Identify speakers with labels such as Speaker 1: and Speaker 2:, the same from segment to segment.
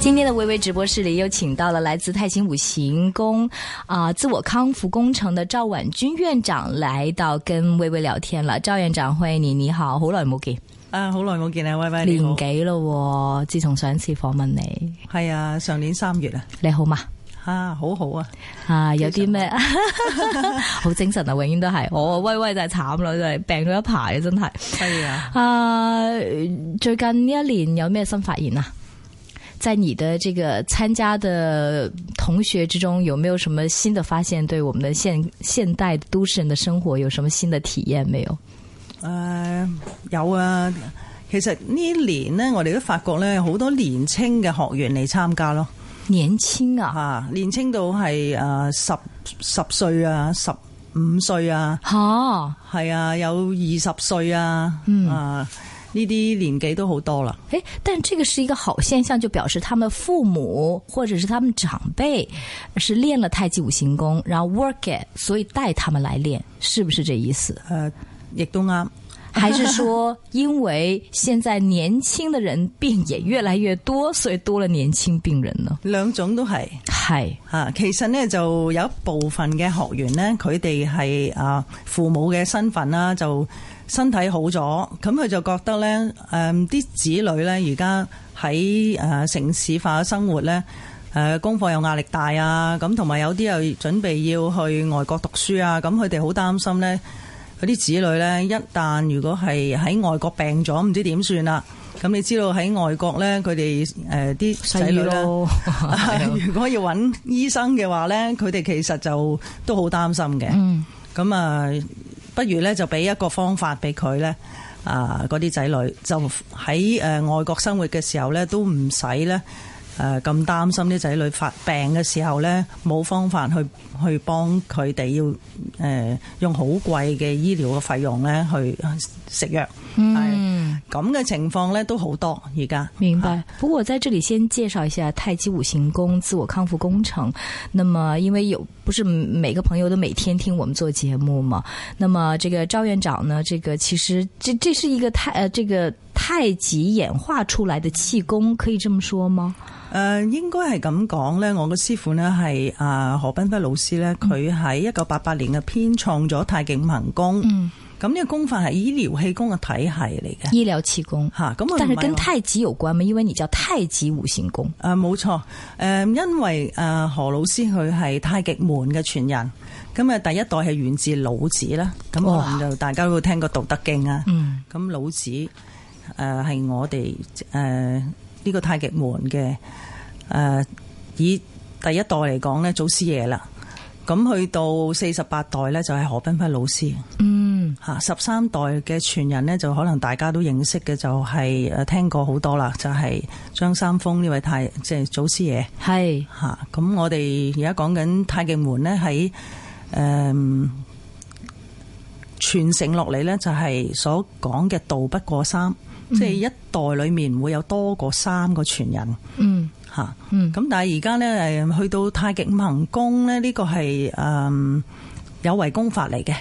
Speaker 1: 今天的微微直播室里又请到了来自太行五行宫啊、自我康复工程的赵婉君院长来到跟微微聊天了。赵院長，歡迎你，你好，好耐冇見，
Speaker 2: 啊，好耐冇見啊，威威
Speaker 1: 年
Speaker 2: 你好，
Speaker 1: 幾咯喎？自從上一次訪問你，
Speaker 2: 係啊，上年三月啊，
Speaker 1: 你好嘛？
Speaker 2: 啊，好好啊，
Speaker 1: 啊，有啲咩 好精神啊？永遠都係我威威就係慘啦，真係病咗一排，真係。
Speaker 2: 係啊，
Speaker 1: 啊，最近呢一年有咩新发现啊？在你的这个参加的同学之中，有没有什么新的发现？对我们的现现代都市人的生活有什么新的体验没有？
Speaker 2: 誒、有啊，其實呢年呢，我哋都發覺咧，好多年青嘅學員嚟參加咯，
Speaker 1: 年轻
Speaker 2: 嚇、
Speaker 1: 啊，
Speaker 2: 年青到係誒十十歲啊，十五歲啊，
Speaker 1: 吓、
Speaker 2: 係啊，有二十歲啊，啊，呢啲年紀都好多啦。
Speaker 1: 哎，但这个是一个好现象，就表示他们父母或者是他们长辈是练了太极五行功，然后 work it，所以带他们来练，是不是这意思？
Speaker 2: 誒、亦都啱，
Speaker 1: 还是说，因为现在年轻的人病也越来越多，所以多了年轻病人呢？
Speaker 2: 兩種都係。
Speaker 1: 系，
Speaker 2: 啊，其實呢，就有一部分嘅學員呢，佢哋係啊父母嘅身份啦，就身體好咗，咁佢就覺得呢，誒、啲子女呢，而家喺誒城市化嘅生活呢，誒、功課有壓力大啊，咁同埋有啲又準備要去外國讀書啊，咁佢哋好擔心呢，佢啲子女呢，一旦如果係喺外國病咗，唔知點算啦。咁你知道喺外國呢，佢哋誒啲仔
Speaker 1: 細
Speaker 2: 女
Speaker 1: 女
Speaker 2: 呢。
Speaker 1: 咯， 啊 哎
Speaker 2: 如果要揾醫生嘅話呢，佢哋其實就都好擔心嘅。
Speaker 1: 嗯，
Speaker 2: 咁啊、不如呢就俾一個方法俾佢呢。啊，嗰啲仔女就喺誒、呃外國生活嘅時候呢，都唔使呢誒咁擔心啲仔女發病嘅時候呢，冇方法去去幫佢哋要誒、呃用好貴嘅醫療嘅費用呢去呃食藥。
Speaker 1: 嗯，
Speaker 2: 咁嘅情況呢，都好多而家。
Speaker 1: 明白。不过我在这里先介绍一下太极五行功自我康复工程。那么，因为有不是每个朋友都每天听我们做节目嘛，那么这个赵院长呢，这个其实这这是一个太呃这个太极演化出来的气功，可以这么说吗？
Speaker 2: 誒、應該係咁講呢，我個師傅呢係啊何斌輝老師呢，
Speaker 1: 嗯
Speaker 2: 佢喺一九八八年嘅編創咗太極五行功。
Speaker 1: 嗯，
Speaker 2: 咁呢個功法係醫療氣功嘅體系嚟嘅
Speaker 1: 医疗气功。
Speaker 2: 嚇。咁佢
Speaker 1: 但
Speaker 2: 唔
Speaker 1: 是
Speaker 2: 係
Speaker 1: 跟
Speaker 2: 話
Speaker 1: 太极有关吗？因为你叫太极五行功。
Speaker 2: 誒呃冇錯誒、因為誒、何老師佢係太極門嘅傳人，咁啊第一代係源自老子啦。咁
Speaker 1: 哇
Speaker 2: 可能就大家都會聽過《道德經》啊。
Speaker 1: 嗯，
Speaker 2: 咁老子誒係、我哋誒呢個太極門嘅誒、呃以第一代嚟講咧，祖師爺啦。咁去到四十八代咧，就係何斌輝老師
Speaker 1: 嗯，
Speaker 2: 嚇。十三代嘅傳人咧，就可能大家都認識嘅，就係、誒聽過好多啦，就係、張三豐呢位太即係祖師爺。
Speaker 1: 系
Speaker 2: 嚇。咁我哋而家講緊太極門呢，喺誒傳承落嚟呢，就係所講嘅道不過三，即係一代裡面唔會有多過三個傳人
Speaker 1: 嗯
Speaker 2: 嚇。
Speaker 1: 嗯
Speaker 2: 咁但係而家呢，誒去到太極五行功呢，呢、個係誒、嗯有為功法嚟嘅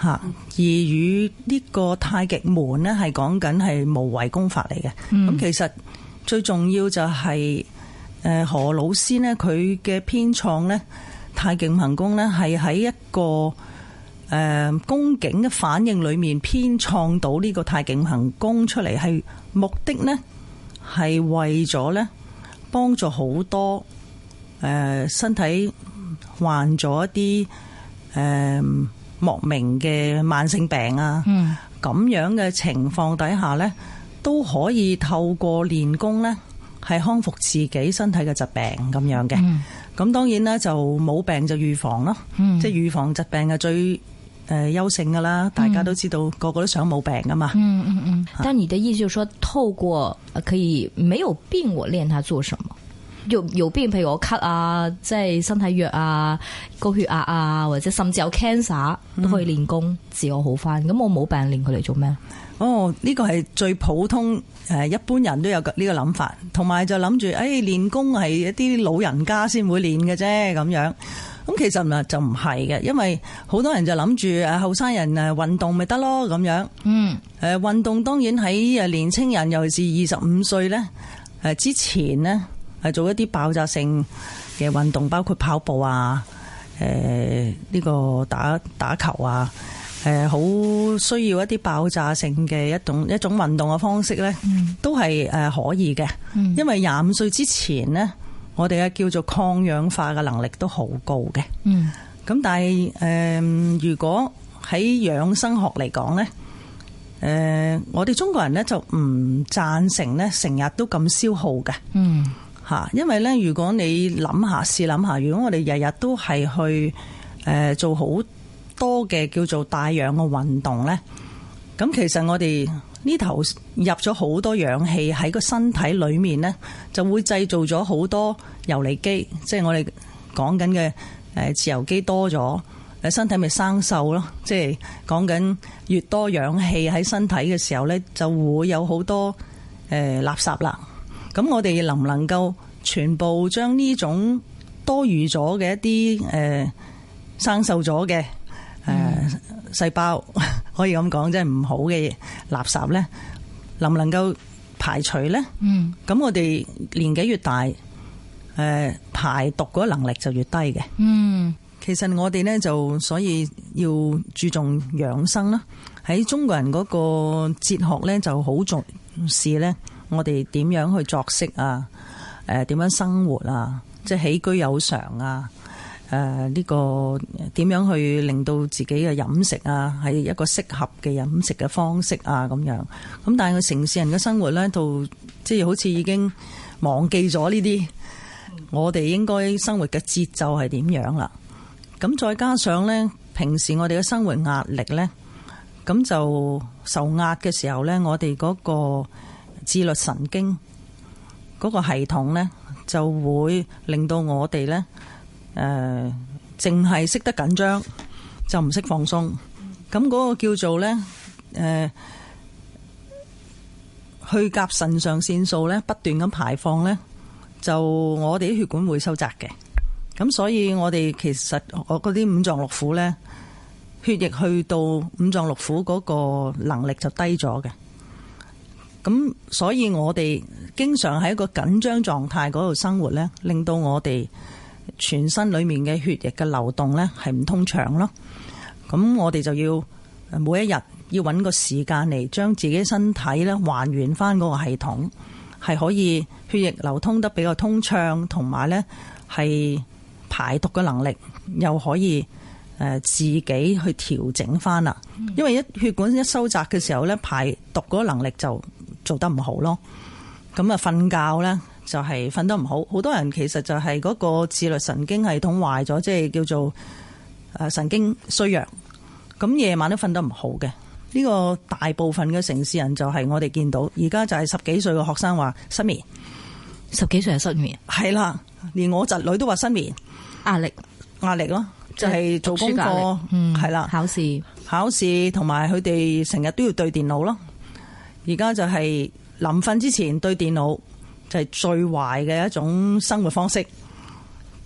Speaker 2: 嚇，而與呢個太極門呢，係講緊係無為功法嚟嘅。咁、其實最重要就係、誒何老師呢，佢嘅編創呢，太極五行功呢，係喺一個誒、宮呃景嘅反應裏面編創到呢個太極五行功出嚟，係目的呢，係為咗呢，幫助好多誒、身體患咗一啲誒、呃莫名嘅慢性病啊。
Speaker 1: 嗯
Speaker 2: 咁樣嘅情況底下呢，都可以透過練功呢，係康復自己身體嘅疾病咁樣嘅。咁、當然啦，就冇病就預防咯，
Speaker 1: 嗯
Speaker 2: 即係預防疾病嘅最誒優勝噶啦。大家都知道，個個都想冇病噶嘛。
Speaker 1: 嗯嗯嗯。但你的意思就是说，透过呃可以没有病，我练它做什么？有有病，譬如我咳啊，即系身體弱啊、高血壓啊，或者甚至有 cancer 都可以練功自我好翻。咁我冇病練佢嚟做咩？
Speaker 2: 哦，呢個係最普通誒、一般人都有個呢個諗法，同埋就諗住誒練功係一啲老人家先會練嘅啫咁樣。咁其實嗱就唔係嘅，因為好多人就諗住誒後生人誒運動咪得咯咁樣。
Speaker 1: 嗯
Speaker 2: 誒呃運動當然喺誒年青人，尤其是二十五歲呢，誒之前呢，係做一啲爆炸性嘅運動，包括跑步啊，誒、呢、個打打球啊。誒好、需要一啲爆炸性嘅一種一種運動嘅方式呢，
Speaker 1: 嗯
Speaker 2: 都係誒、可以嘅，因為廿五歲之前呢，我哋嘅叫做抗氧化嘅能力都好高嘅。
Speaker 1: 嗯
Speaker 2: 咁但係誒、如果喺養生學嚟講呢，誒、我哋中國人呢就唔贊成呢成日都咁消耗嘅
Speaker 1: 嗯
Speaker 2: 嚇，因為呢，如果你諗下試諗下，如果我哋日日都係去誒、做好多嘅叫做帶氧嘅運動呢，咁其實我哋呢頭入咗好多氧氣喺個身體裏面呢，就會製造咗好多游離肌，即係我哋講緊嘅誒自由基多咗，誒身體咪生鏽咯。即係講緊越多氧氣喺身體嘅時候呢，就會有好多誒、呃垃圾啦。咁我哋能唔能夠全部將呢種多餘咗嘅一啲誒、呃生鏽咗嘅誒呃細胞， 可以咁講，即係唔好嘅垃圾呢，能唔能夠排除呢？
Speaker 1: 嗯
Speaker 2: 咁我哋年紀越大，誒、排毒嗰個能力就越低嘅。
Speaker 1: 嗯
Speaker 2: 其實我哋呢，就所以要注重養生啦。喺中國人嗰個哲學呢，就好重視呢，我哋點樣去作息啊？誒、點樣生活啊？即係起居有常啊？誒、呢、個點樣去令到自己嘅飲食啊，係一個適合嘅飲食嘅方式啊，咁樣。咁但係個城市人嘅生活呢，就即係好似已經忘記咗呢啲我哋應該生活嘅節奏係點樣啦。咁再加上呢，平時我哋嘅生活壓力呢，咁就受壓嘅時候呢，我哋嗰個自律神經嗰個系統呢，就會令到我哋呢，誒淨係識得緊張，就唔識放鬆。咁嗰個叫做呢，誒、去甲腎上腺素呢，不斷咁排放呢，就我哋啲血管會收窄嘅。咁所以我哋其實我嗰啲五臟六腑呢，血液去到五臟六腑嗰個能力就低咗嘅。咁所以我哋經常喺一個緊張狀態嗰度生活呢，令到我哋全身裡面嘅血液嘅流動呢係唔通暢咯。咁我哋就要呃每一日要揾個時間嚟將自己身體呢還原翻嗰個系統，係可以血液流通得比較通暢，同埋呢係排毒嘅能力又可以。誒自己去調整翻啦，因為一血管一收窄嘅時候呢，排毒嗰個能力就做得唔好咯。咁啊，瞓覺呢，就係瞓得唔好，好多人其實就係嗰個自律神經系統壞咗，即係叫做誒神經衰弱，咁夜晚都瞓得唔好嘅。呢個大部分嘅城市人就係我哋見到，而家就係十幾歲嘅學生話失眠，
Speaker 1: 十幾歲係失眠
Speaker 2: 係啦，連我侄女都話失眠，
Speaker 1: 壓力，
Speaker 2: 壓力咯，就係、做功
Speaker 1: 讀書嘅壓
Speaker 2: 課
Speaker 1: 力，嗯
Speaker 2: 係啦、
Speaker 1: 考試
Speaker 2: 考試同埋佢哋成日都要對電腦咯。而家就係臨瞓之前對電腦，就係最壞嘅一種生活方式。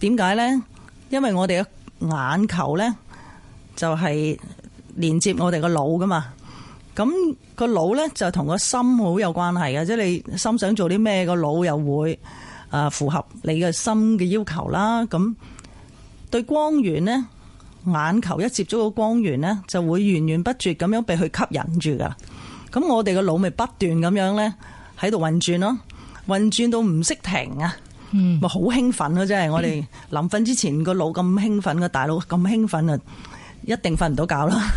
Speaker 2: 點解呢？因為我哋嘅眼球呢，就係連接我哋個腦噶嘛。咁個腦呢，就同個心好有關係嘅，即係你心想做啲咩，個腦又會啊符合你嘅心嘅要求啦。咁對光源呢，眼球一接觸到光源呢，就會源源不絕咁樣被佢吸引住噶。咁我哋個腦咪不斷咁樣呢，喺度運轉咯，運轉到唔識停啊！
Speaker 1: 嗯
Speaker 2: 咪好興奮咯，真係我哋臨瞓之前個腦咁興奮，個大腦咁興奮啊，一定瞓唔到覺啦。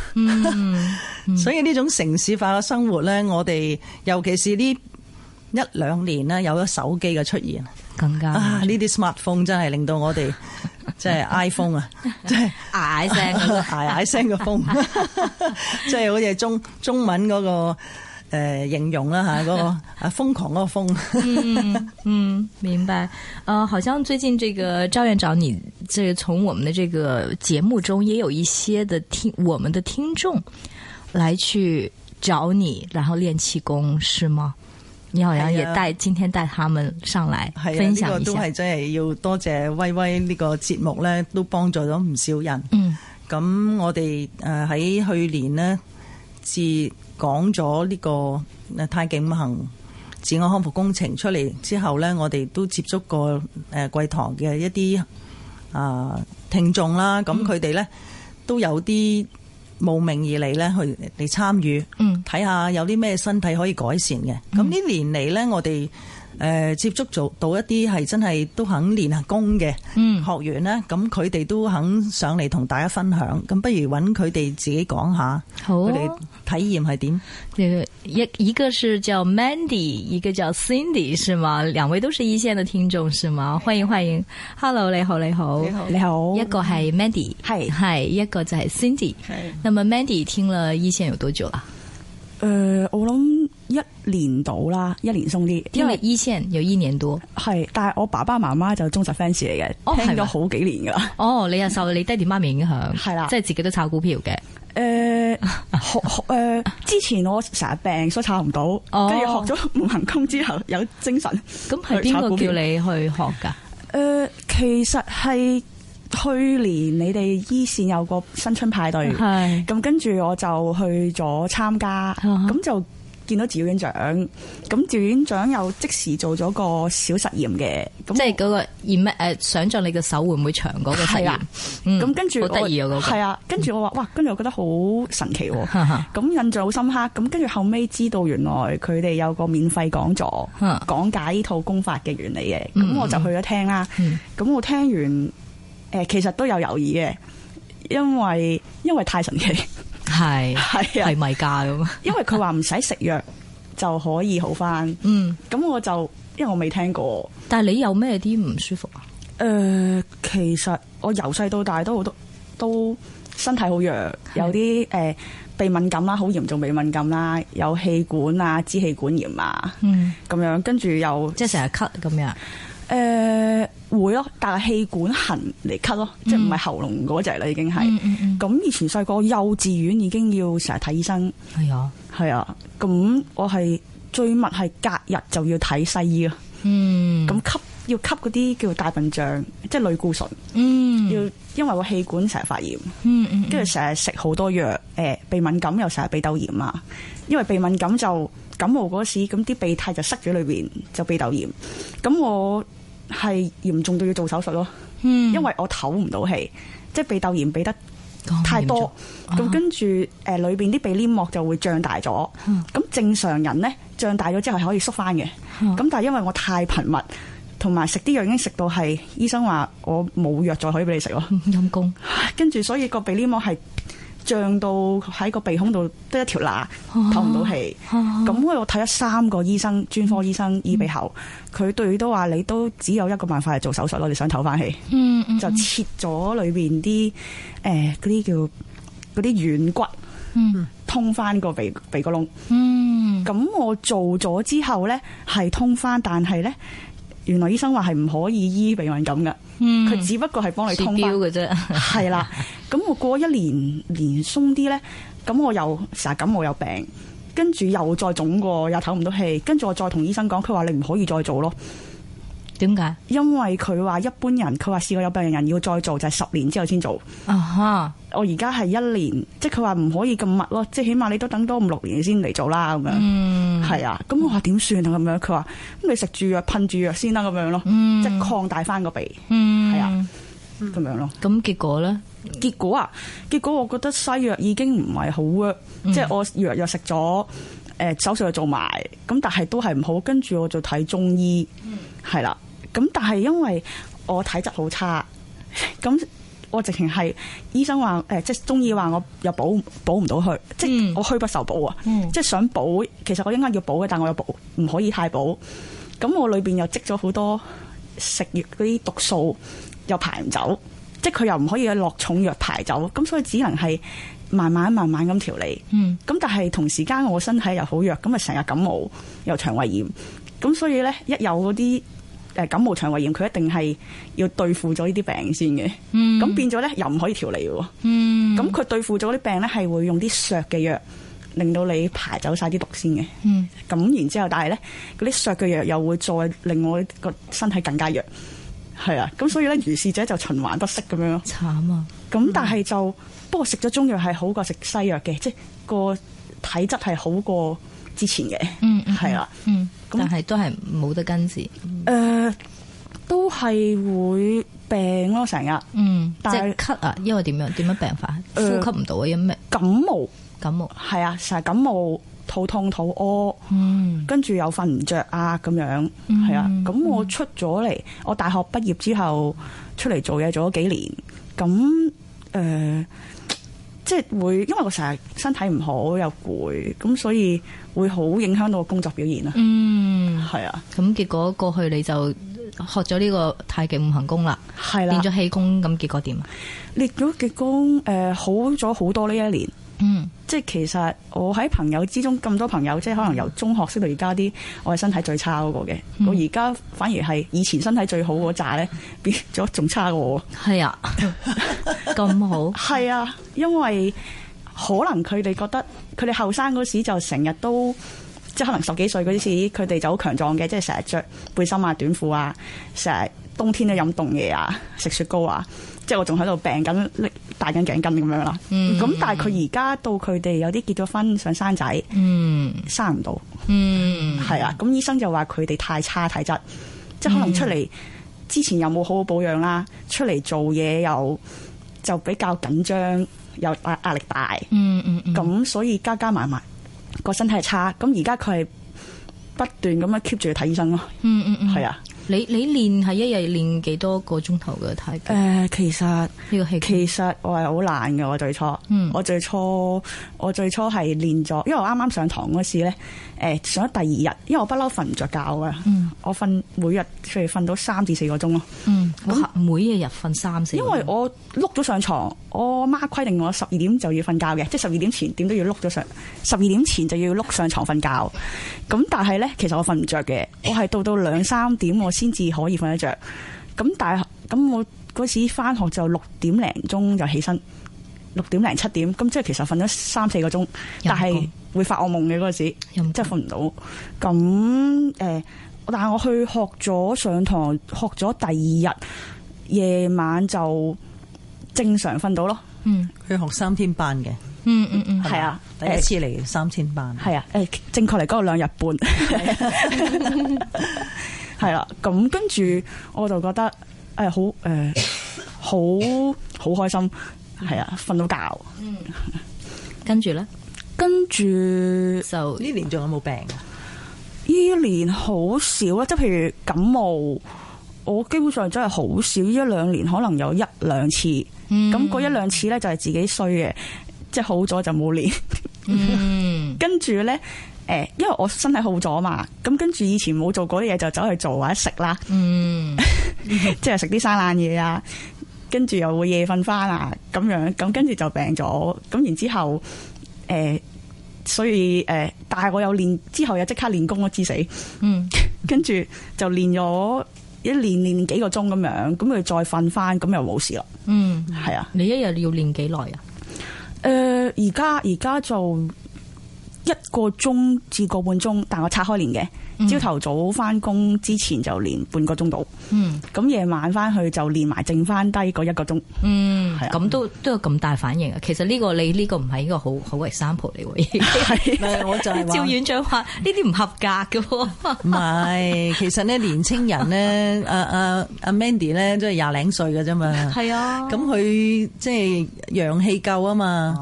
Speaker 2: 所以呢種城市化嘅生活呢，我哋尤其是呢一兩年呢，有咗手機嘅出現
Speaker 1: 更加
Speaker 2: 啊，呢啲 smartphone 真係令到我哋即係 iPhone 啊，即係。
Speaker 1: 嗌聲咁樣
Speaker 2: 嗌嗌聲嘅風，即係好似中中文嗰、個、呃、形容啦 嚇，嗰、個啊瘋狂嗰個風。
Speaker 1: 嗯， 明白。呃，好像最近这个赵院长，你这从我们的这个节目中也有一些的听我们的听众来去找你，然后练气功是吗？你好像也
Speaker 2: 哎呀
Speaker 1: 带、今天带他们上来
Speaker 2: 係啊，
Speaker 1: 分
Speaker 2: 呢、
Speaker 1: 享
Speaker 2: 個
Speaker 1: 一
Speaker 2: 都
Speaker 1: 下。
Speaker 2: 係真係要多謝威威呢個節目咧，都幫助咗唔少人。
Speaker 1: 嗯
Speaker 2: 咁我哋誒呃喺去年呢，自講咗呢個呃太極五行自我康復工程出嚟之後呢，我哋都接觸過誒貴堂嘅一啲啊、聽眾啦，咁佢哋呢，都有啲慕名而嚟呢，去嚟參與，
Speaker 1: 嗯
Speaker 2: 睇下有啲咩身體可以改善嘅。咁呢年嚟呢，我哋誒、呃接觸做到一啲係真係都肯練下功嘅
Speaker 1: 嗯
Speaker 2: 學員呢，咁佢哋都肯上嚟同大家分享。咁不如揾佢哋自己講下
Speaker 1: 好
Speaker 2: 佢
Speaker 1: 啊
Speaker 2: 哋體驗係點？
Speaker 1: 呃一一个是叫 Mandy，一个叫 Cindy 是吗？两位都是一线的听众是吗？欢迎欢迎，Hello 你好你好，
Speaker 3: 你好，
Speaker 1: 一个系 Mandy，
Speaker 3: 哦係
Speaker 1: 系一个就系 Cindy。
Speaker 2: 係
Speaker 1: 那么 Mandy 听了一线有多久啊了？
Speaker 3: 诶、呃我諗一年到啦，一年鬆啲，
Speaker 1: 听
Speaker 3: 因
Speaker 1: 了
Speaker 3: 為
Speaker 1: 一线有一年多。
Speaker 3: 係，但係我爸爸媽媽就忠實 fans 嚟嘅，
Speaker 1: 哦
Speaker 3: 聽
Speaker 1: 係咪
Speaker 3: 咗好幾 年噶啦。
Speaker 1: 哦，你又受你爹哋媽咪影響，
Speaker 3: 係啦
Speaker 1: 即係自己都炒股票嘅。
Speaker 3: 诶、呃學学诶、之前我成日病，所以炒唔到，
Speaker 1: 哦
Speaker 3: 跟住、學咗無行功之後有精神。
Speaker 1: 咁係邊個叫你去學㗎？
Speaker 3: 诶、其實係去年你哋依線有個新春派對，
Speaker 1: 係
Speaker 3: 咁跟住我就去咗參加，
Speaker 1: 啊哈
Speaker 3: 咁就見到趙院長，咁趙院長又即時做咗個小實驗嘅，咁
Speaker 1: 即係嗰個 im 誒，想像你嘅手會唔會長嗰個實
Speaker 3: 係
Speaker 1: 驗
Speaker 3: 啦？
Speaker 1: 嗯
Speaker 3: 咁跟住
Speaker 1: 好得意啊
Speaker 3: 我
Speaker 1: 嗰個
Speaker 3: 係啊，跟住我話哇，跟住我覺得好神奇喎、
Speaker 1: 哈哈
Speaker 3: 咁印象好深刻，咁跟住後尾知道原來佢哋有個免費講座，
Speaker 1: 嗯
Speaker 3: 講解呢套功法嘅原理嘅，
Speaker 1: 嗯
Speaker 3: 咁我就去咗聽啦。
Speaker 1: 嗯
Speaker 3: 咁我聽完，誒、其實都有猶豫嘅，因為因為太 神奇，
Speaker 1: 係
Speaker 3: 係
Speaker 1: 係
Speaker 3: 啊，
Speaker 1: 咪㗎咁？
Speaker 3: 因為佢話唔使食藥就可以好翻，
Speaker 1: 嗯，
Speaker 3: 咁我就因為我未聽過，
Speaker 1: 但係你有咩啲唔舒服啊？
Speaker 3: 誒、呃其實我由細到大都好多都身體好弱，有啲誒、呃鼻敏感啦，好嚴重鼻敏感啦，有氣管啊、支氣管炎啊
Speaker 1: 嗯，
Speaker 3: 咁樣，跟住又
Speaker 1: 即係成日咳咁樣。
Speaker 3: 誒、呃、會咯，但係氣管痕嚟咳咯，即係唔係喉嚨嗰只啦，已經係。
Speaker 1: 嗯嗯嗯。
Speaker 3: 咁以前細個幼稚園已經要成日睇醫生，
Speaker 1: 係啊。
Speaker 3: 係啊，咁我係最密係隔日就要睇西醫啊，
Speaker 1: 嗯。
Speaker 3: 咁、吸要吸嗰啲叫大笨象，即係類固醇。
Speaker 1: 嗯
Speaker 3: 要因為個氣管成日發炎，
Speaker 1: 嗯嗯
Speaker 3: 跟住成日食好多藥，誒、鼻敏感又成日鼻竇炎啊，因為鼻敏感就感冒嗰時，咁啲鼻涕就塞咗裏邊，就鼻竇炎。咁我係嚴重到要做手術咯，
Speaker 1: 嗯
Speaker 3: 因為我唞唔到氣，即係鼻竇炎鼻得
Speaker 1: 講
Speaker 3: 太
Speaker 1: 嚴
Speaker 3: 多
Speaker 1: 重，啊
Speaker 3: 咁跟住誒裏邊啲鼻黏膜就會脹大咗。
Speaker 1: 嗯
Speaker 3: 咁正常人呢，脹大咗之後係可以縮翻嘅，
Speaker 1: 嗯
Speaker 3: 咁但係因為我太頻密，同埋食啲藥已經食到係醫生話我冇藥再可以俾你食咯。
Speaker 1: 嗯陰公。
Speaker 3: 跟住所以個鼻黏膜係脹到喺個鼻孔度得一條
Speaker 1: 啊
Speaker 3: 罅，透唔到氣。咁因為我睇咗三個醫生，專科醫
Speaker 1: 嗯
Speaker 3: 生醫鼻喉，佢對都話你都只有一個辦法係做手術咯，你想唞翻氣，
Speaker 1: 嗯嗯
Speaker 3: 就切咗裏邊啲誒嗰啲叫嗰啲軟骨，
Speaker 1: 嗯
Speaker 3: 通翻個鼻鼻個窿。
Speaker 1: 嗯
Speaker 3: 咁我做咗之後呢，係通翻，但係呢，原來醫生話係唔可以醫鼻敏感噶，
Speaker 1: 嗯。
Speaker 3: 佢只不過係幫你
Speaker 1: 指
Speaker 3: 通
Speaker 1: 標
Speaker 3: 翻。
Speaker 1: 嘅啫。
Speaker 3: 係啦，咁我過一年年鬆啲咧，咁我又成日感冒有病，跟住又再腫過，又唞唔到氣，跟住我再同醫生講，佢話你唔可以再做咯，
Speaker 1: 點解？
Speaker 3: 因為佢話一般人，佢話試過有病嘅人要再做就係、十年之後先做，
Speaker 1: 啊哈。
Speaker 3: 我而家係一年，即係佢話唔可以咁密咯，即係起碼你都等多五六年先嚟做啦咁樣。
Speaker 1: 嗯。
Speaker 3: 係啊，咁我話點算啊咁樣，佢話咁你食住藥噴住藥先啦咁樣咯，
Speaker 1: 嗯
Speaker 3: 即係擴大翻個鼻
Speaker 1: 嗯，
Speaker 3: 係啊咁樣咯。
Speaker 1: 咁結果咧，
Speaker 3: 結果啊，結果我覺得西藥已經唔係好 work，、即係我藥又食咗，誒、手術又做埋，咁但係都係唔好，跟住我就睇中醫，係啦、咁但係因為我體質好差，咁我直情係醫生話誒、即係中醫話我又補補唔到佢，即
Speaker 1: 嗯
Speaker 3: 係我虛不受補啊，
Speaker 1: 嗯
Speaker 3: 即係想補，其實我應該要補嘅，但我又補唔可以太補，咁我裏邊又積咗好多食藥嗰啲毒素，又排唔走。即係佢又唔可以落重藥排走，咁所以只能係慢慢慢慢咁調理。
Speaker 1: 嗯
Speaker 3: 咁但係同時間我身體又好弱，咁啊成日感冒又腸胃炎，咁所以呢，一有嗰啲誒感冒腸胃炎，佢一定係要對付咗呢啲病先嘅。
Speaker 1: 嗯
Speaker 3: 咁、變咗呢，又唔可以調理喎。
Speaker 1: 嗯
Speaker 3: 咁佢、對付咗啲病呢，係會用啲削嘅藥，令到你排走晒啲毒先嘅。
Speaker 1: 嗯
Speaker 3: 咁然之後，但係咧嗰啲削嘅藥又會再令我個身體更加弱，係啊，咁所以咧如是者就循環不息咁樣咯。
Speaker 1: 慘啊，
Speaker 3: 咁但係就不過食咗中藥係好過食西藥嘅，即係個體質係好過之前嘅，
Speaker 1: 嗯嗯
Speaker 3: 係啊啦，
Speaker 1: 嗯，
Speaker 3: 咁
Speaker 1: 但係都係冇得根治，
Speaker 3: 誒、都係會病咯，成日
Speaker 1: 嗯，即
Speaker 3: 但
Speaker 1: 係
Speaker 3: 係
Speaker 1: 咳啊，因為點樣點樣病法，呼
Speaker 3: 呃
Speaker 1: 吸唔到啊，因為
Speaker 3: 感冒
Speaker 1: 感冒，
Speaker 3: 係啊，成日感冒、肚痛、肚屙，
Speaker 1: 嗯
Speaker 3: 跟住又瞓唔着啊咁樣，
Speaker 1: 嗯
Speaker 3: 係啊。咁我出咗嚟，我大學畢業之後出嚟做嘢做咗幾年，咁誒、呃即係會因為我成日身體唔好又攰，咁所以會好影響到我工作表現啊。
Speaker 1: 嗯，
Speaker 3: 係啊，
Speaker 1: 咁結果過去你就學咗呢個太極五行功啦，
Speaker 3: 係啦
Speaker 1: 練，咗氣功，咁結果點啊？
Speaker 3: 列咗嘅功誒呃好咗好多呢一年。
Speaker 1: 嗯
Speaker 3: 即係其實我喺朋友之中咁多朋友，即係可能由中學識到而家啲，我係身體最差嗰個嘅。
Speaker 1: 嗯
Speaker 3: 我而家反而係以前身體最好嗰扎咧，變咗仲差過我。
Speaker 1: 係 啊，咁好，
Speaker 3: 係啊，因為可能佢哋覺得佢哋後生嗰時就成日都。即係可能十幾歲嗰啲時，佢哋就好強壯嘅，即係成日着背心啊、短褲啊，成日冬天都飲凍嘢啊、食雪糕啊，即係我仲喺度病緊、拎戴緊頸巾咁樣啦。咁、
Speaker 1: 嗯
Speaker 3: 但係佢而家到佢哋有啲結咗婚想生仔，
Speaker 1: 嗯
Speaker 3: 生唔到，
Speaker 1: 嗯，
Speaker 3: 係啦。咁醫生就話佢哋太差體質，即係可能出
Speaker 1: 嗯
Speaker 3: 嚟之前又冇好好保養啦，出嚟做嘢又就比較緊張，又壓壓力大，
Speaker 1: 嗯嗯嗯，
Speaker 3: 咁、所以加加埋埋個身體係差。咁而家佢係不斷咁樣 keep 住去睇醫生咯，
Speaker 1: 嗯嗯嗯，
Speaker 3: 係啊。
Speaker 1: 你你練係一日練幾多個鐘頭嘅太極
Speaker 3: 誒、其實
Speaker 1: 呢個氣功？
Speaker 3: 其實我係好懶嘅，我最初，
Speaker 1: 嗯
Speaker 3: 我最初我最初係練咗，因為我啱啱上堂嗰時咧，誒、上咗第二日，因為我不嬲瞓唔着覺嘅，
Speaker 1: 嗯
Speaker 3: 我瞓每日譬如瞓到三至四個鐘咯，
Speaker 1: 嗯，我下每一日瞓三四個
Speaker 3: 因
Speaker 1: 鐘，
Speaker 3: 為我碌咗上床，我媽規定我十二點就要瞓覺嘅，即係十二點前點都要碌咗上，十二點前就要碌上床瞓覺。咁但係呢，其實我瞓唔着嘅，我係到到兩三點我先至可以瞓得着。咁但係咁我嗰時翻學就六點零鐘就起身，六點零七點，咁即係其實瞓咗三四個鐘，但係會發惡夢嘅嗰陣時。
Speaker 1: 又
Speaker 3: 即係瞓唔到。咁誒、呃但係我去學咗上堂，學咗第二日夜晚就正常瞓到咯。
Speaker 1: 嗯
Speaker 2: 佢學三天班嘅，
Speaker 1: 嗯嗯嗯，
Speaker 3: 係啊，
Speaker 2: 第一次嚟三天班，
Speaker 3: 係啊，誒正確嚟講係兩日 半，係啦。咁跟住我就覺得誒好誒好好開心，係啊，瞓到覺。
Speaker 1: 跟住咧
Speaker 3: 跟住
Speaker 1: 就
Speaker 2: 呢年仲有冇病 啊？
Speaker 3: 依年好少啦，即係譬如感冒，我基本上真係好少，一兩年可能有一兩次。
Speaker 1: 嗯
Speaker 3: 咁嗰、一兩次呢，就係自己衰嘅，即係好咗就冇練。
Speaker 1: 嗯
Speaker 3: 跟住呢，誒，因為我身體好咗嘛，咁跟住以前冇做嗰啲嘢就走去做或者食啦，
Speaker 1: 嗯
Speaker 3: 即係食啲生冷嘢啊，跟住又會夜瞓翻啊，咁樣咁跟住就病咗，咁然之後誒、所以誒、但係我有練之後又即刻練功咯，至死。
Speaker 1: 嗯
Speaker 3: 跟住就練咗一練練幾個鐘咁樣，咁佢再瞓翻，咁又冇事啦。
Speaker 1: 嗯，
Speaker 3: 係啊，
Speaker 1: 你一日要練幾耐啊？
Speaker 3: 誒而家而家就一個鐘至個半鐘，但我拆開練
Speaker 1: 嗯
Speaker 3: 嘅。朝頭早翻工之前就練半個鐘度，
Speaker 1: 嗯
Speaker 3: 咁夜晚翻去就練埋剩翻低嗰一個鐘。
Speaker 1: 嗯，
Speaker 3: 係啊
Speaker 1: 咁都都有咁大反應啊！其實呢個你呢個唔係一個好好 example 嚟喎。
Speaker 2: 唔係我就係
Speaker 1: 趙
Speaker 2: 話。
Speaker 1: 院長話呢啲唔合格嘅喎，
Speaker 2: 唔係，其實咧年青人咧， 阿阿阿啊 Mandy 咧，都係廿零歲嘅啫嘛。
Speaker 1: 係啊，
Speaker 2: 咁佢即係陽氣夠啊嘛，
Speaker 1: 哦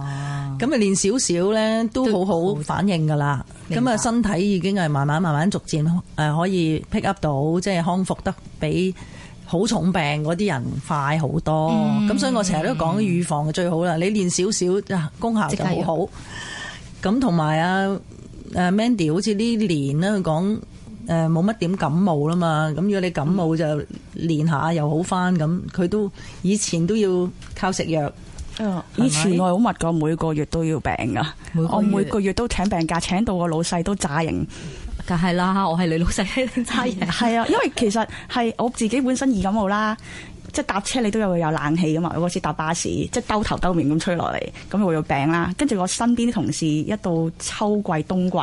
Speaker 2: 咁啊練少少咧都好好反應噶啦。
Speaker 1: 明
Speaker 2: 咁
Speaker 1: 白
Speaker 2: 啊身體已經係慢慢慢慢逐漸誒可以 pick up 到，即係康復得比好重病嗰啲人快好多。咁、所以我成日都講預防最好啦，你練少少啊功效就好好。咁同埋啊誒 Mandy 好似呢年咧，佢講誒冇乜點感冒啦嘛。咁如果你感
Speaker 1: 嗯
Speaker 2: 冒就練下又好翻咁，佢都以前都要靠食藥。
Speaker 3: 以前我係好密噶，每個月都要病噶，
Speaker 1: 哦每個
Speaker 3: 我
Speaker 1: 月
Speaker 3: 每個月都請病假，請到我老細都炸型。
Speaker 1: 梗係啦，我係你老 細揸嘢。
Speaker 3: 係啊，因為其實係我自己本身易感冒啦，即係搭車你都有有冷氣噶嘛，我嗰時搭巴士，即係兜頭兜面咁吹落嚟，咁我有病啦。跟住我身邊啲同事一到秋季、冬季，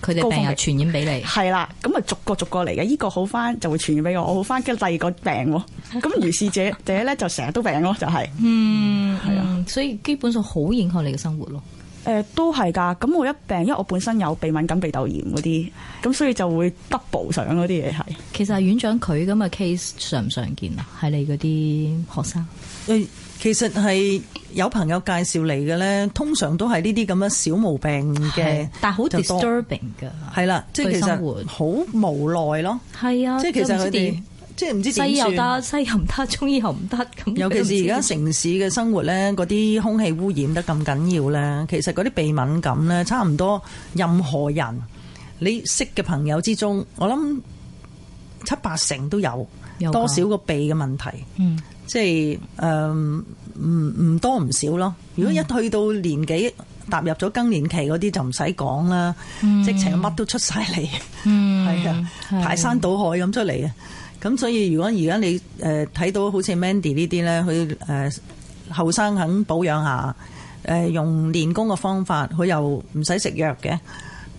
Speaker 1: 佢哋病又傳染俾你，
Speaker 3: 係啦，咁啊逐個逐個嚟嘅，呢、個好翻就會傳染俾我，我好翻跟住第二個病喎，咁如是者者咧就成日都病咯，就係、
Speaker 1: 嗯，
Speaker 3: 係啊
Speaker 1: 嗯，所以基本上好影響你嘅生活咯。
Speaker 3: 誒都係㗎，咁我一病，因為我本身有鼻敏感、鼻竇炎嗰啲，咁所以就會 double 上嗰啲嘢係。
Speaker 1: 其實院長佢咁嘅 case 常唔常見啊？喺你嗰啲學生，
Speaker 2: 誒，其實係有朋友介紹嚟嘅咧，通常都係呢啲咁嘅小毛病嘅
Speaker 1: 係，啊但係好
Speaker 2: 就多
Speaker 1: disturbing 㗎，
Speaker 2: 係啦，即係
Speaker 1: 對
Speaker 2: 其
Speaker 1: 生活
Speaker 2: 實好無奈咯。
Speaker 1: 係啊，
Speaker 2: 即係其實
Speaker 1: 真係唔
Speaker 2: 佢
Speaker 1: 知
Speaker 2: 哋
Speaker 1: 點
Speaker 2: 即係唔知
Speaker 1: 西醫
Speaker 2: 點
Speaker 1: 又
Speaker 2: 算。
Speaker 1: 得，西醫又唔得，中醫又唔得，咁
Speaker 2: 尤其是而家城市嘅生活咧，嗰啲空氣污染得咁緊要咧，其實嗰啲鼻敏感咧，差唔多任何人你識嘅朋友之中，我諗七八成都有
Speaker 1: 有㗎
Speaker 2: 多少個鼻嘅問題。
Speaker 1: 嗯
Speaker 2: 即係誒唔唔多唔少咯。如果一去到年紀踏入咗更年期嗰啲就唔使講啦，直情乜都出晒嚟，
Speaker 1: 嗯
Speaker 2: 係啊、排山倒海咁出嚟啊！咁所以如果而家你誒呃睇、到好似 Mandy 呢啲咧，佢誒後生肯保養下，誒、用練功嘅方法，佢又唔使食藥嘅。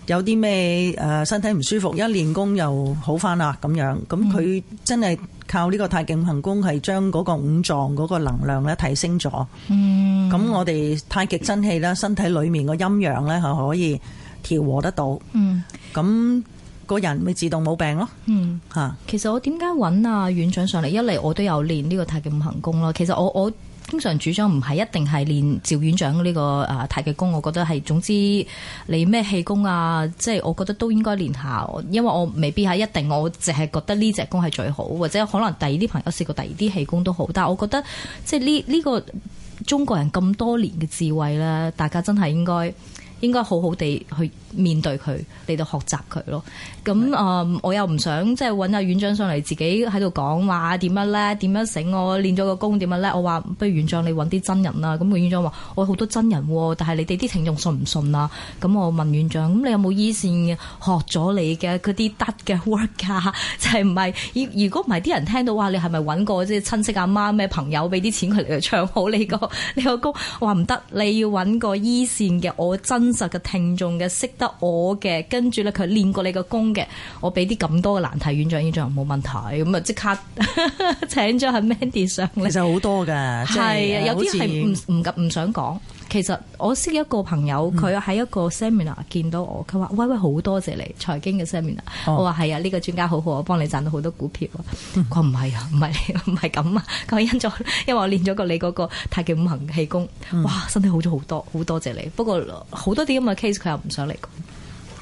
Speaker 2: 有啲咩誒身體唔舒服，一練功又好翻啦咁樣。咁佢真係靠呢個太極五行功係將嗰個五臟嗰個能量咧提升咗。
Speaker 1: 嗯
Speaker 2: 咁、我哋太極真氣啦，身體裡面個陰陽咧係可以調和得到。
Speaker 1: 嗯
Speaker 2: 咁個人咪自動冇病咯
Speaker 1: 嗯。
Speaker 2: 嚇。
Speaker 1: 其實我點解揾啊院長上嚟？一嚟我都有練呢個太極五行功咯。其實我我經常主張唔係一定係練趙院長呢個啊太極功，我覺得係總之你咩氣功啊，即係我覺得都應該練下。因為我未必係一定，我淨係覺得呢隻功係最好，或者可能第二啲朋友試過第二啲氣功都好，但係我覺得即係呢呢個中國人咁多年嘅智慧咧，大家真係應該。應該好好地去面對佢，嚟到學習佢咯。咁啊、嗯我又唔想即係揾阿院長上嚟自己喺度講話點樣咧，點樣醒我練咗個功點樣咧。我話不如院長你揾啲真人啦。咁個院長話我好多真人喎，但係你哋啲聽眾信唔信啊？咁我問院長，咁你有冇依線嘅學咗你嘅嗰啲得嘅 work 啊？就係唔係？如如果唔係啲人聽到話你係咪揾個即係親戚阿媽咩朋友俾啲錢佢嚟唱好你個 你個歌？我話唔得，你要揾個依線嘅，我真實嘅聽眾嘅，識得我嘅，跟住咧佢練過你個功嘅，我俾啲咁多嘅難題院長，院長冇問題，咁啊即刻 請咗阿 Mandy 上嚟
Speaker 2: 其。實好多噶，即
Speaker 1: 係啊，
Speaker 2: 係呃
Speaker 1: 有啲
Speaker 2: 好似
Speaker 1: 係唔唔敢唔想講。其實我識一個朋友，
Speaker 2: 嗯
Speaker 1: 佢喺一個 seminar 見到我，佢話：喂喂，好多謝你財經嘅 seminar。
Speaker 2: 哦嗯
Speaker 1: 我話係啊，呢、個專家好好，我幫你賺到好多股票啊。佢話唔係啊，唔係 你唔係咁啊。佢話因咗， 因為我練咗個你嗰個太極五行氣功，
Speaker 2: 嗯
Speaker 1: 哇，身體好咗好多，好多謝你。不過好多啲咁嘅 case，佢又唔想嚟講。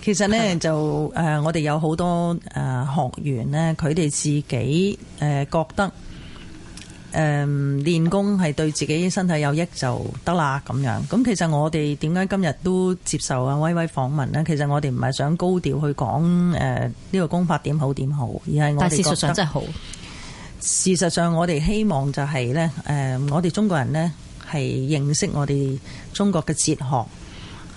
Speaker 2: 其實咧就誒、呃我哋有好多誒、呃、學員咧，佢哋自己誒、呃、覺得誒、呃、練功係對自己身體有益就得啦咁樣。咁其實我哋點解今日都接受阿威威訪問咧？其實我哋唔係想高調去講誒呢個功法點好點好，而係我
Speaker 1: 但
Speaker 2: 哋
Speaker 1: 係事實上
Speaker 2: 覺得
Speaker 1: 真係好，
Speaker 2: 事實上，我哋希望就係、呢，誒、我哋中國人呢，係認識我哋中國嘅哲學，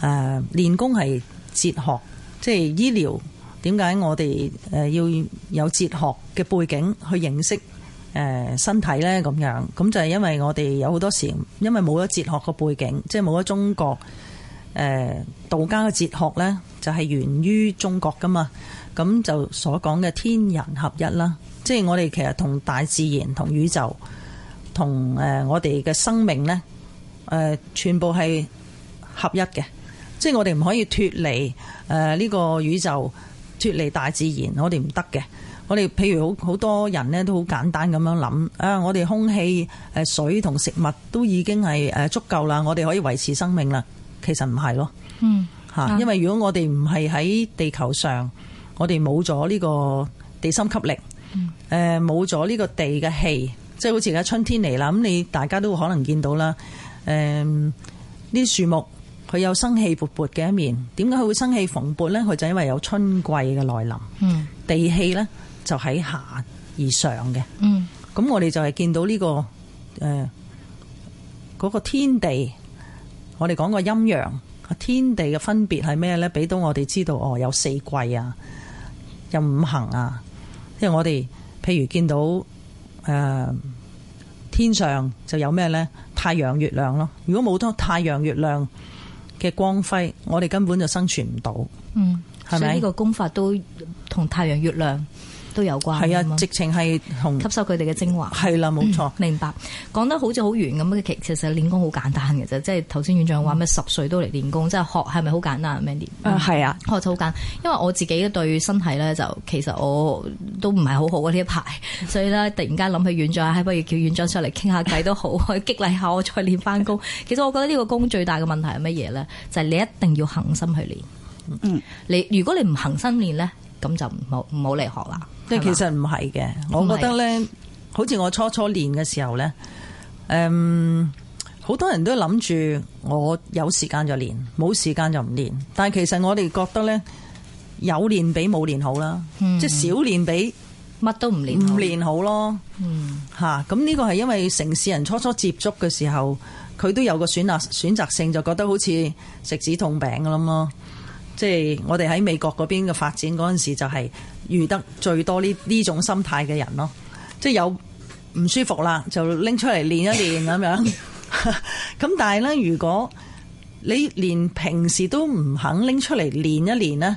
Speaker 2: 誒、練功係哲學，即係醫療。點解我哋誒要有哲學嘅背景去認識誒、身體呢？咁樣咁就係因為我哋有好多時，因為冇咗哲學嘅背景，即係冇咗中國。誒、呃道家嘅哲學呢，就係、源於中國噶嘛，咁就所講嘅天人合一啦，即係我哋其實同大自然、同宇宙、同誒、呃我哋嘅生命呢，誒、全部係合一嘅，即係我哋唔可以脱離誒呢個宇宙、脱離大自然，我哋唔得嘅。我哋譬如好好多人呢都好簡單咁樣諗啊，我哋空氣、誒水同食物都已經係誒足夠啦，我哋可以維持生命啦。其實唔係咯，
Speaker 1: 嗯
Speaker 2: 嚇，因為如果我哋唔係喺地球上，我哋冇咗呢個地心吸力，誒冇咗呢個地嘅氣，即係好似而家春天嚟啦，咁你大家都可能見到啦，誒呢啲樹木佢有生氣勃勃嘅一面，點解佢會生氣蓬勃呢？佢就因為有春季嘅來臨，
Speaker 1: 嗯
Speaker 2: 地氣呢就喺下而上嘅。
Speaker 1: 嗯
Speaker 2: 咁我哋就係見到呢、個誒嗰、個天地，我哋講個陰陽天地嘅分別係咩呢？俾到我哋知道哦，有四季啊，有五行啊，因為我哋譬如見到誒、呃天上就有咩呢？太陽、月亮咯。如果冇咗太陽、月亮嘅光輝，我哋根本就生存唔到。
Speaker 1: 嗯，
Speaker 2: 係咪
Speaker 1: 所以呢個功法都同太陽、月亮都有關
Speaker 2: 係
Speaker 1: 㗎嘛
Speaker 2: 啊，直情係同
Speaker 1: 吸收佢哋嘅精華。
Speaker 2: 係啦，冇錯。
Speaker 1: 哦明白，講得好似好遠咁，其其實練功好簡單嘅啫，即係頭先院長話
Speaker 2: 嗯
Speaker 1: 咩十歲都嚟練功，即係學係咪好簡單啊？Mandy，
Speaker 3: 誒係啊，
Speaker 1: 學就好簡單，因為我自己對身體咧就其實我都唔係好好嘅呢一排，
Speaker 2: 嗯
Speaker 1: 所以咧突然間諗起院長，唉哎不如叫院長上嚟傾下偈都好， 去激勵下我再練翻功。其實我覺得呢個功最大嘅問題係乜嘢咧？就係、你一定要恒心去練。
Speaker 3: 嗯，
Speaker 1: 你如果你唔恒心練咧，咁就唔好唔好嚟學啦。
Speaker 2: 即係
Speaker 1: 係嘛
Speaker 2: 其實唔係嘅，
Speaker 1: 唔係
Speaker 2: 我覺得咧，好似我初初練嘅時候咧，誒、好多人都諗住我有時間就練，冇時間就唔練。但係其實我哋覺得咧，有練比冇練好啦，即係少練比
Speaker 1: 乜都唔嗯練好，
Speaker 2: 唔練好咯。
Speaker 1: 嗯
Speaker 2: 吓，咁呢個係因為城市人初初接觸嘅時候，佢都有個選擇選擇性，就覺得好似食止痛餅咁咯。即係我哋喺美國嗰邊嘅發展嗰陣時，就係遇得最多呢呢種心態嘅人咯。即係有唔舒服啦，就拎出嚟練一練咁樣。咁但係呢，如果你連平時都唔肯拎出嚟練一練呢，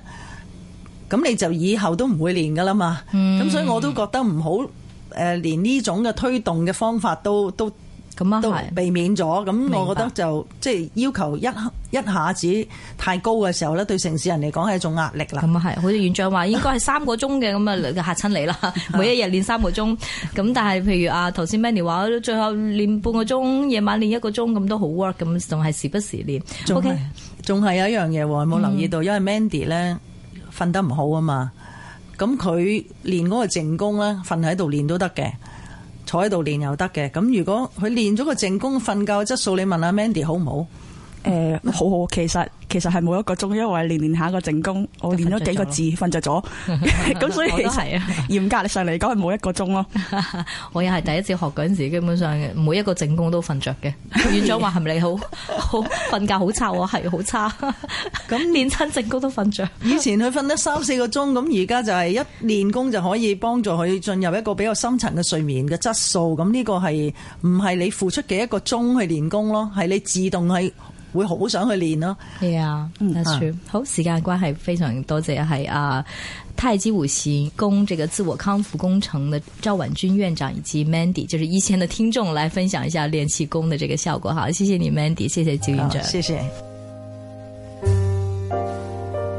Speaker 2: 咁你就以後都唔會練噶啦嘛。咁、
Speaker 1: 嗯
Speaker 2: 所以我都覺得唔好誒，連呢種嘅推動嘅方法都都
Speaker 1: 咁啊
Speaker 2: 都
Speaker 1: 係。
Speaker 2: 避免咗。咁我
Speaker 1: 明白
Speaker 2: 覺得就即係要求一一下子太高嘅時候呢，對城市人嚟講係一種壓力啦。
Speaker 1: 咁啊係，好似院長話應該係三個鐘嘅，咁啊嚇親你 啦！每一日練三個鐘，咁但係譬如啊頭先 Mandy 話，最後練半個鐘，夜晚練一個鐘，咁都好 work，咁仲係時不時練。
Speaker 2: 仲
Speaker 1: OK，嗯
Speaker 2: 係仲係有一樣嘢喎，有冇留意到？因為 Mandy 咧瞓得唔好啊嘛，咁佢練嗰個靜功咧，瞓喺度練都得嘅，坐喺度練又得嘅。咁如果佢練咗個靜功，瞓覺嘅質素，你問下 Mandy 好唔好？
Speaker 3: 誒、呃好好，其實其實係冇一個鐘，因為練練下個正功，我練咗幾個字瞓 着咗，咁所以
Speaker 1: 我
Speaker 3: 其
Speaker 1: 都
Speaker 3: 實
Speaker 1: 係啊。
Speaker 3: 嚴格上嚟講係冇一個鐘咯。
Speaker 1: 我又係第一次學嗰陣時，基本上每一個正功都瞓着 嘅。院長話係咪你好好瞓覺好差？我係好 差，咁練親正功都瞓着。
Speaker 2: 以前佢瞓得三四個鐘，咁而家就係一練功就可以幫助佢進入一個比較深層嘅睡眠嘅質素。咁呢個係唔係你付出嘅一個鐘去練功咯？係你自動係會好想去練咯。
Speaker 1: 係啊，that's
Speaker 2: 啊
Speaker 1: true。好，時間關係，非常多謝係啊太極五行功这个自我康復工程的趙婉君院長以及 Mandy，就是一線的聽眾來分享一下練氣功的這個效果。好，謝謝你 Mandy，謝謝趙院
Speaker 2: 好
Speaker 1: 長。
Speaker 2: 啊謝謝。